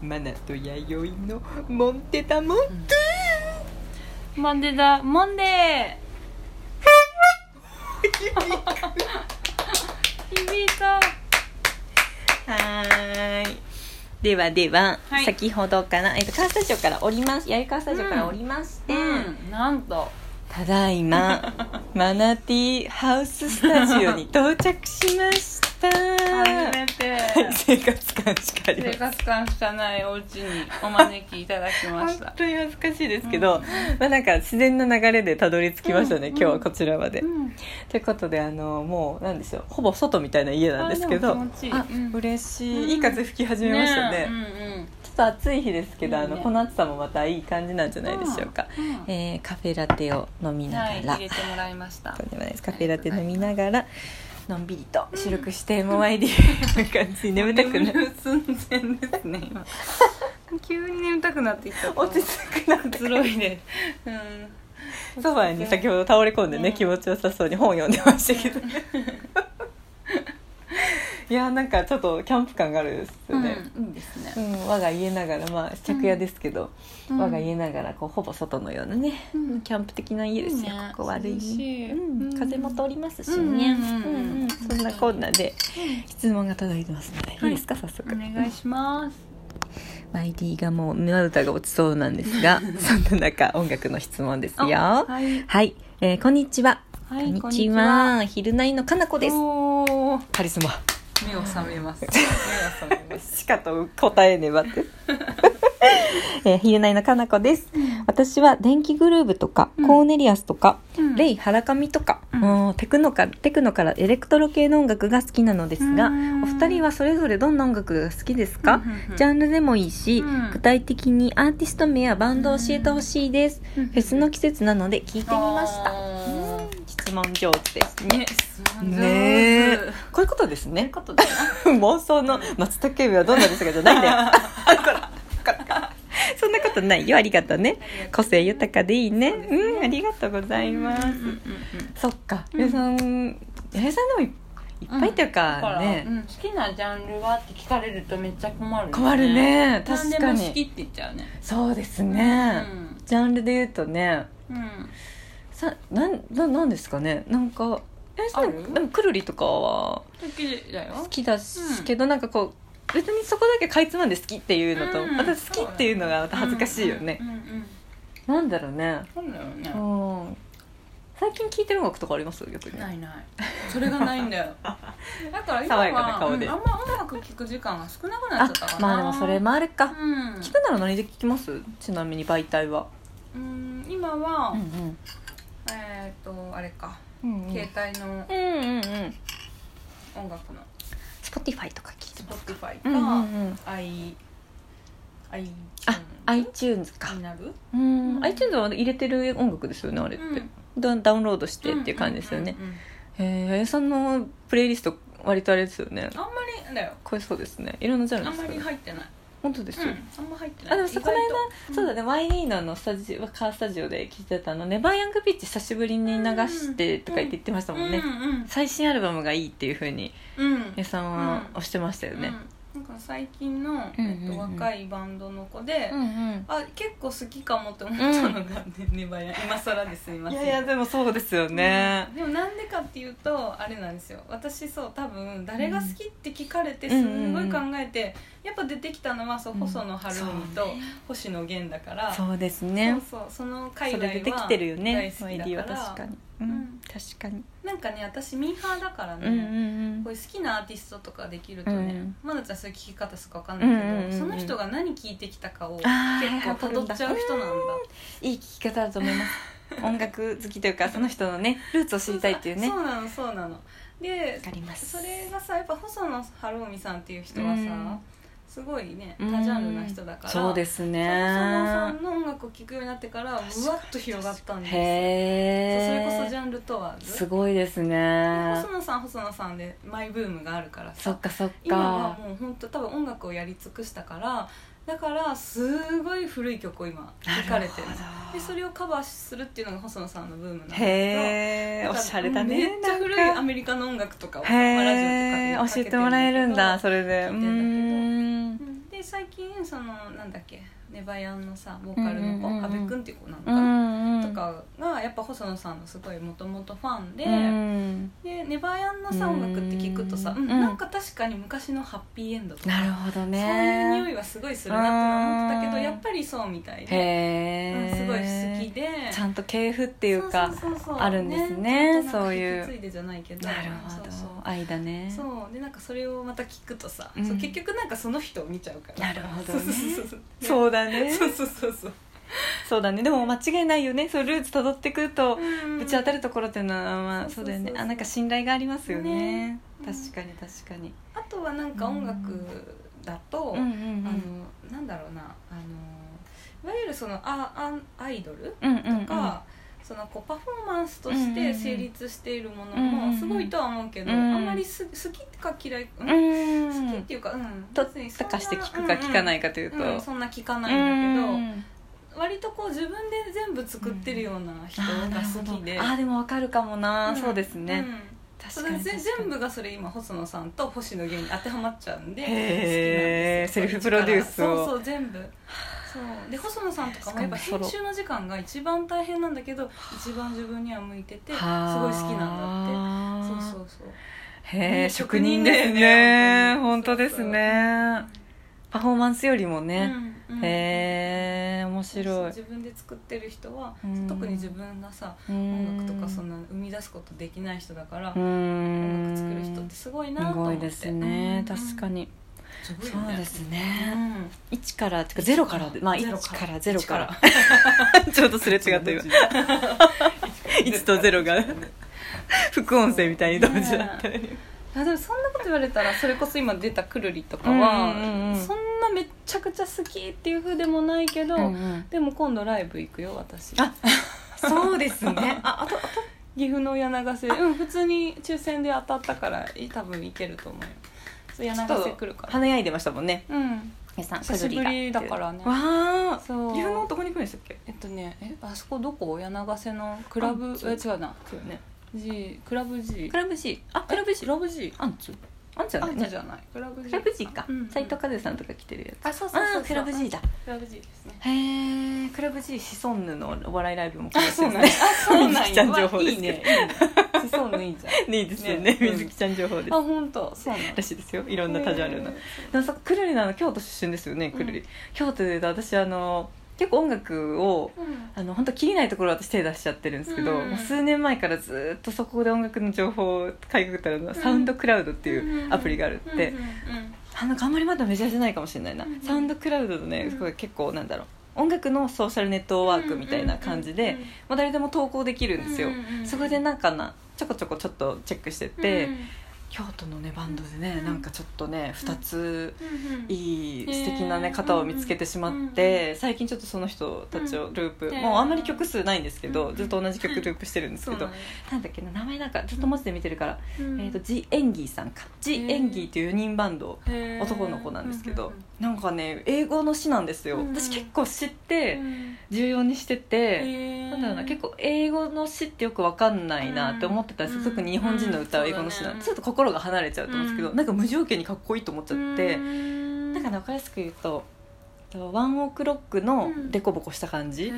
マナと弥生のモンテタモンテモンデーだモンデー 響いたはーいではでは、はい先ほどから、えっと、カースタジオからおります弥生カースタジオからうんおりまして、うんなんとただいま マナティーハウススタジオに到着しました初めて生活感しかありま生せん活感しかないお家にお招きいただきまし本た当に恥ずかしいですけど、まあ、なんか自然な流れでたどり着きましたね、うん今日はこちらまで。うんということであのもうなんですよほぼ外みたいな家なんですけどあでも気持ちいいうん嬉しい、うんいい風吹き始めましたねえうんうんちょっと暑い日ですけどあのいいねこの暑さもまたいい感じなんじゃないでしょうか、うんえーカフェラテを飲みながはいら、入れてもらいましたとんでもないですカフェラテ飲みながらのんびりと収録してもう YD な感じに眠たくな るる寸前ですね今 急に眠たくなってきた落ち着くなくつろいでうんソファに先ほど倒れ込んでね、うん気持ちよさそうに本読んでましたけ どねいやーなんかちょっとキャンプ感があるですよね、うんいいですうねん我が家ながらまあ借家ですけど、うん我が家ながらこうほぼ外のようなね、うんキャンプ的な家ですよ、いいねここ悪い涼しいうんうん風も通りますしね、うんうんううんんうんそんなこんなで質問が届いてますので、い、いですか早速お願いします。 YD がもう胸歌が落ちそうなんですがそんな中音楽の質問ですよあははいい、。えーこんにちは、はいこんにちは昼ナインのかなこですおーカリスマ目を覚めます。目が覚めます。しかと答えねばって。えー、ひゆないのかなこです。私は電気グルーブとか、うんコーネリアスとか、うんレイ・ハラカミとか、うんうんテクノか、テクノからエレクトロ系の音楽が好きなのですが、うんお二人はそれぞれどんな音楽が好きですうかんうんうんジャンルでもいいし、うん具体的にアーティスト名やバンドを教えてほしいです。うんフェスの季節なので聞いてみました。あーうん質問上手ですね。ねねえ。こういうことですね。ことだ 妄想の松茸夢はどんなですかじゃないんだよ そんなことないよありがとうね個性豊かでいいねそううですねんありがとうございます、そっかう八ん重さん八重さんでもいいっぱいというだか、からね、うん好きなジャンルはって聞かれるとめっちゃ困る、ね。困る。ね確何でかも好きにって言っちゃうね。そうですね、ジャンルで言うとねうん。うん。さなんななんですかねなんか八重さあんるでもくるりとかは好きだよ好。きだし、うんけどなんかこう別にそこだけかいつまんで好きっていうのと、うんまた好きっていうのがまた恥ずかしいよねう、んうんうん。なんだろうねそうだよね。うん最近聴いてる音楽とかあります逆にないないそれがないんだよだから今は爽やかな顔でうんあんま音楽聴く時間が少なくなあっちゃったかなまあでもそれもあるうかん、聴くなら何で聴きますちなみに媒体はうん、今は、んえっ、とあれか、うんうん携帯のうんうんうん音楽の Spotify とか聴いてます Spotify うんうんかうん i i あ iTunes かになるうんうん iTunes は入れてる音楽ですよねあれってうんダダウンロードしてっていう感じですよねうんうんうんへえ八重さんのプレイリスト割とあれですよねあんまりだよこれそうですねいろんなジャンルあでんすまよりね入ってない、本当ですうんよ、あんま入ってないあでもさ意この外間と、そうだね YD のあのスタジオカースタジオで聴いてたあの「ネバーヤングビーチ」久しぶりに流してとか言って言ってましたもんね、うん最新アルバムがいいっていうふうにうんうん江さんは推してましたよね、うん、なんか最近の、うんうんえっと、若いバンドの子で、んあ結構好きかもって思ったのが、ねネバヤ今更ですいまいせんやいやでもそうですよねうんでもなんでかっていうとあれなんですよ私そう多分誰が好きって聞かれてすんごい考えて、やっぱ出てきたのはそううん細野晴臣と星野源だから、そうですねそうそうそのそ海れ外はでできてるよね大好 YD きはだから確かに、ううんん、確かに、なんかね私ミーハーだからね、うんうんこううんいう好きなアーティストとかできるとね、うんまなちゃんそういう聞き方するかわかんないけど、うんうんうんうんその人が何聞いてきたかを結あー構たどっちゃう人なんだいい聞き方だと思います 音楽好きというかその人のねルーツを知りたいっていうねそわうなのそうなのでかりますそれがさやっぱ細野晴臣さんっていう人はさ、うんすごいね多ジャンルな人だからそうですそう細ね野さんの音楽を聴くようになってからうわっと広がったんですそうそれへえこそジャンル問わすずごいですね細野さん細野さんでマイブームがあるからそさっかそっ今はかもう本当多分音楽をやり尽くしたからだからすごい古い曲を今聴かれてるなるほどでそれをカバーするっていうのが細野さんのブームなんだけへえどおしゃれだねめっちゃ古いなんアかメリカの音楽とかをまあラジオとかへでえかけ教えてもらえるんだそれで聞ういてんだけどーんうんで最最近そのなんだっけネバヤンのさボーカルの子うんうんうんうん阿部君っていう子なのかうな、んうんとかがやっぱ細野さんのすごいもともとファンで、うんでネバヤンのさうん音楽って聞くとさ、うんうんなんか確かに昔のハッピーエンドとかなるほどそうねいう匂いはすごいするなって思ってたけうどんやっぱりそうみたいへで、うんえ、すごい好きでちゃんと系譜っていうかそうそうそうそうあるんですねちゃんとなんかそういう引き継いでじゃないけどなるほどそうそう愛だねそうでなんかそれをまた聞くとさ、うんそう結局なんかその人を見ちゃうからなるほどねそうそうそうそうそうだねそうそうそうそうそうだねでも間違いないよねそうルーツ辿ってくるとぶぶち当たるところっていうのはまあそそうそうそううそうだよねあなんか信頼がありますよねねうん確かに確かにあとはなんか音楽だと、うんあのなんだろうなあのいわゆるそのああアイドルうんうんうんとか、そのこうパフォーマンスとして成立しているものうんうんうもんすごいとは思うけど、うんあんまりす好きか嫌い、ううん好きっんていうか、うん、と別にそとんなかして聞くか聞かないかというとうんうんうんそんな聞かうないんだけど、ん割とこう自分で全部作ってるような人あーがなるほど好きで、あーでもわかるかもな、んそうですね、ん確そかれにぜ確かに全部がそれ今細野さんと星野源に当てはまっちゃうんで好きなんへーですよセルフプロデュースをそうそう全部そうで細野さんとかもやっぱしかもソロ編集の時間が一番大変なんだけど一番自分には向いててすごい好きはーなんだってそうそうそうへうえん職人です職人だねよね本当ですねパフォーマンスよりもね、うんうんへえ面そうそう白い自分で作ってる人はうん特に自分がさ音音楽とかそんのな生み出すことできない人だからう音ん楽作る人ってすごいなすと思っごていですね確かににすごいそよねうですねうん1からてか0からまあゼロ1からから0か一ら ちょうどすれ違った今1と0が副音声みたいに同時だったりあでもそんなこと言われたらそれこそ今出たくるりとかうんうんはうんそんなめっちゃくちゃ好きっていう風でもないけど、うんうんでも今度ライブ行くよ私あそうですねああとあと岐阜の柳瀬うん普通に抽選で当たったからい多分行けると思うよそうちょっ柳瀬と来るから華やいでましたもんねうん皆さん久しぶりだからねわあそう岐阜の男に行くんでしたっけえっとねえあそこどこ柳瀬のクラブあえ違うなそうね G クラブ G クラブ C あクラブ G クラブ G アンツアンツじゃあないじゃないクラブ G クラブ G かうん斎藤和さんとか来てるやつあそうそうそうあそあうクラブ G だクラブ G ですねへえクラブ G シソンヌのお笑いライブもあそうなんやあそう なんやちゃん情報ですいいけどねいいねそうのいいじゃんねいいですよねね水木ちゃん情報ですあ本当そうなのらしいですよいろんな多ジジャンルなでもさくるりなの京都出身ですよねくるりうん京都で言うと私あの結構音楽をあの本当切りないところ私手出しちゃってるんですけど、うんもう数年前からずっとそこで音楽の情報を買いくぐったのが、んサウンドクラウドっていうアプリがあるって、うあのあんまりまだメジャーじゃないかもしれないな、うんサウンドクラウドのね、うんこれ結構なんだろう音楽のソーシャルネットワークみたいな感じで、もう誰でも投稿できるんですよ、そこでなんかなちょこちょこちょっとチェックしてって、京都のねバンドでね、うんなんかちょっとね2ついいいへー素敵なね方を見つけてしまって、最近ちょっとその人たちをループ、うんもうあんまり曲数ないんですけど、うんずっと同じ曲ループしてるんですけど、なんだっけな名前なんかずっと文字で見てるから、えー、とジ・エンギーさんかジ・エンギーっていう4人バンド、男の子なんですけど、なんかね英語の詩なんですよ、うん私結構知って重要にしてて、なんだろうな結構英語の詩ってよくわかんないなって思ってたんですよ、うん特に日本人の歌は英語の詩なうんんで、そうだねちょっと心が離れちゃうと思うんですけど、うんなんか無条件にかっこいいと思っちゃって、ななんかねわかりやすく言うとえっとワンオクロックのデコボコした感じ、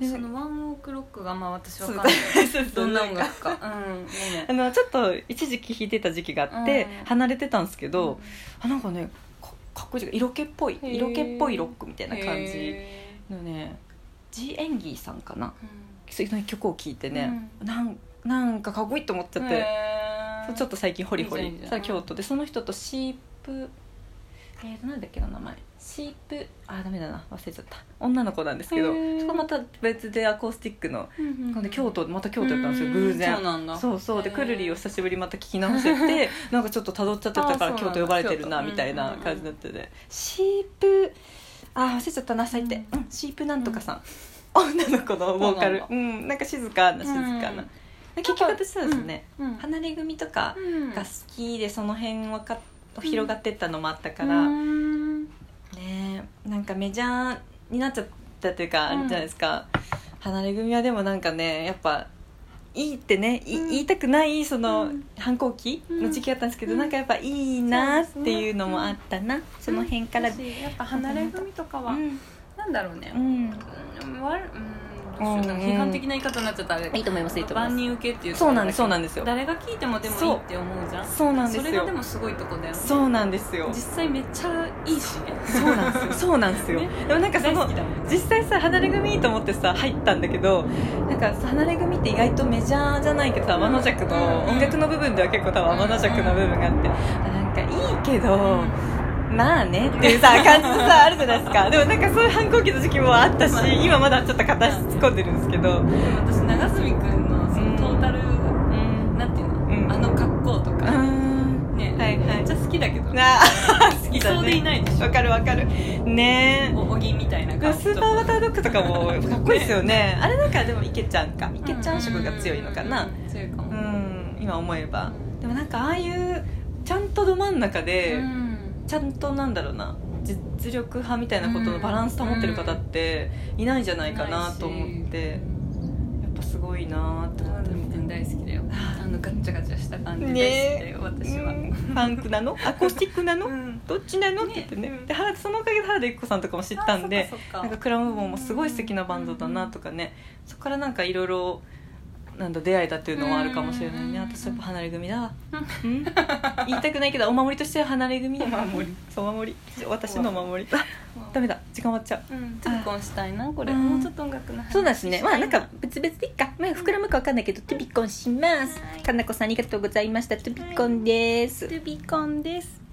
そのワンオークロックがまあ私 わそうかんないどどんんなな音音楽楽かかうんごめんあのちょっと一時期弾いてた時期があって、うん離れてたんですけど、あなんかねかかっこいいというか色気っぽいへー色気っぽいロックみたいな感じへのねジエンギーさんかなーそういう曲を聴いてね、なんなんかかっこいいと思っちゃって、へーそうちょっと最近ホリホいリいじゃんいいじゃさん京都でその人とシープえーとなんだっけな名前シープあーダメだな忘れちゃった女の子なんですけどへーそこまた別でアコースティックのうんうんうん今度京都また京都やったんですよう偶然そうなんだそうそうでへーくるりを久しぶりにまた聞き直して てなんかちょっと辿っちゃってたからあーそうなんだ京都呼ばれてるな京都みたいな感じになっててシープあー忘れちゃったな最低、ううんん、シープなんとかさん、女の子のボーカルそうなんだうんなんか静かな静かな、うん結局私そうですね、うんうん離れ組とかうんが好きでその辺はか広がってったのもあったかうら、ねんえなんかメジャーになっちゃったというかあうんれじゃないですか、離れ組はでもなんかねやっぱいいってね、いうん言いたくないその、うん反抗期の時期だったんですけど、うんなんかやっぱいいなっていうのもあったな、その辺から、うだんしやっぱ離れ組とかは、うんなんだろうね、うん悪うんうんうんなんか批判的な言い方になっちゃったあれいいと思いますいいと思います万人受けっていうそうなんですそうななんですよ誰が聞いてもでもいいって思うじゃんそうなんですそれがよでもすごいとこだよねそうなんですよ実際めっちゃいいしそうなんですよそうなんですよ、ねでもなんかそ大好のきだもん実際さ離れ組と思ってさ入ったんだけどなんかさ離れ組って意外とメジャーじゃないけどさ天の弱の音楽の部分では結構多分天の弱の部分があってあなんかいいけど、まあねっていうさ感じさあるじゃないですかでもなんかそういう反抗期の時期もあったしまあね今まだちょっと片足突っ込んでるんですけどでも私長住くんのそのトータル、うんなんていうの、うんあの格好とか、ね、はいはいめっちゃ好きだけどなあ好きいだそうでねいないでしょわかるわかるねえおおぎみたいな感じスーパーワタードッグとかもかっこいいですよねあれなんかでもいけちゃんかいけちゃん色が強いのかなうんうんうん強いかうんも、今思えばでもなんかああいうちゃんとど真ん中で、うんちゃんとなんだろうな実力派みたいなことのバランス保ってる方っていないんじゃないかなと思ってやっぱすごいなと思なっいてしうん大好きだよあのガッチャガチャした感じ大好きだよ、私は、うんファンクなのアコースティックなの、うんどっちなのって言ってねねで原そのおかげで原田由紀子さんとかも知ったんであそっかそっかなんかクラムボンもすごい素敵なバンドだなとかね、そこからなんかいろいろなんだ出会えたっていうのもあるかもしれないね、うん私やっぱ離れ組だわ、うん、言いたくないけどお守りとしては離れ組お守りそうお 守り私のお守りあ ダメだ時間終わっちゃううん、ちょっとこうしたいなこれ、うんもうちょっと音楽の話そうだしねまあなんはか別々でいいか、まあ、膨らむかわかんないけどトゥビコンしますかなこさんありがとうございましたトゥビコンですいルビコンです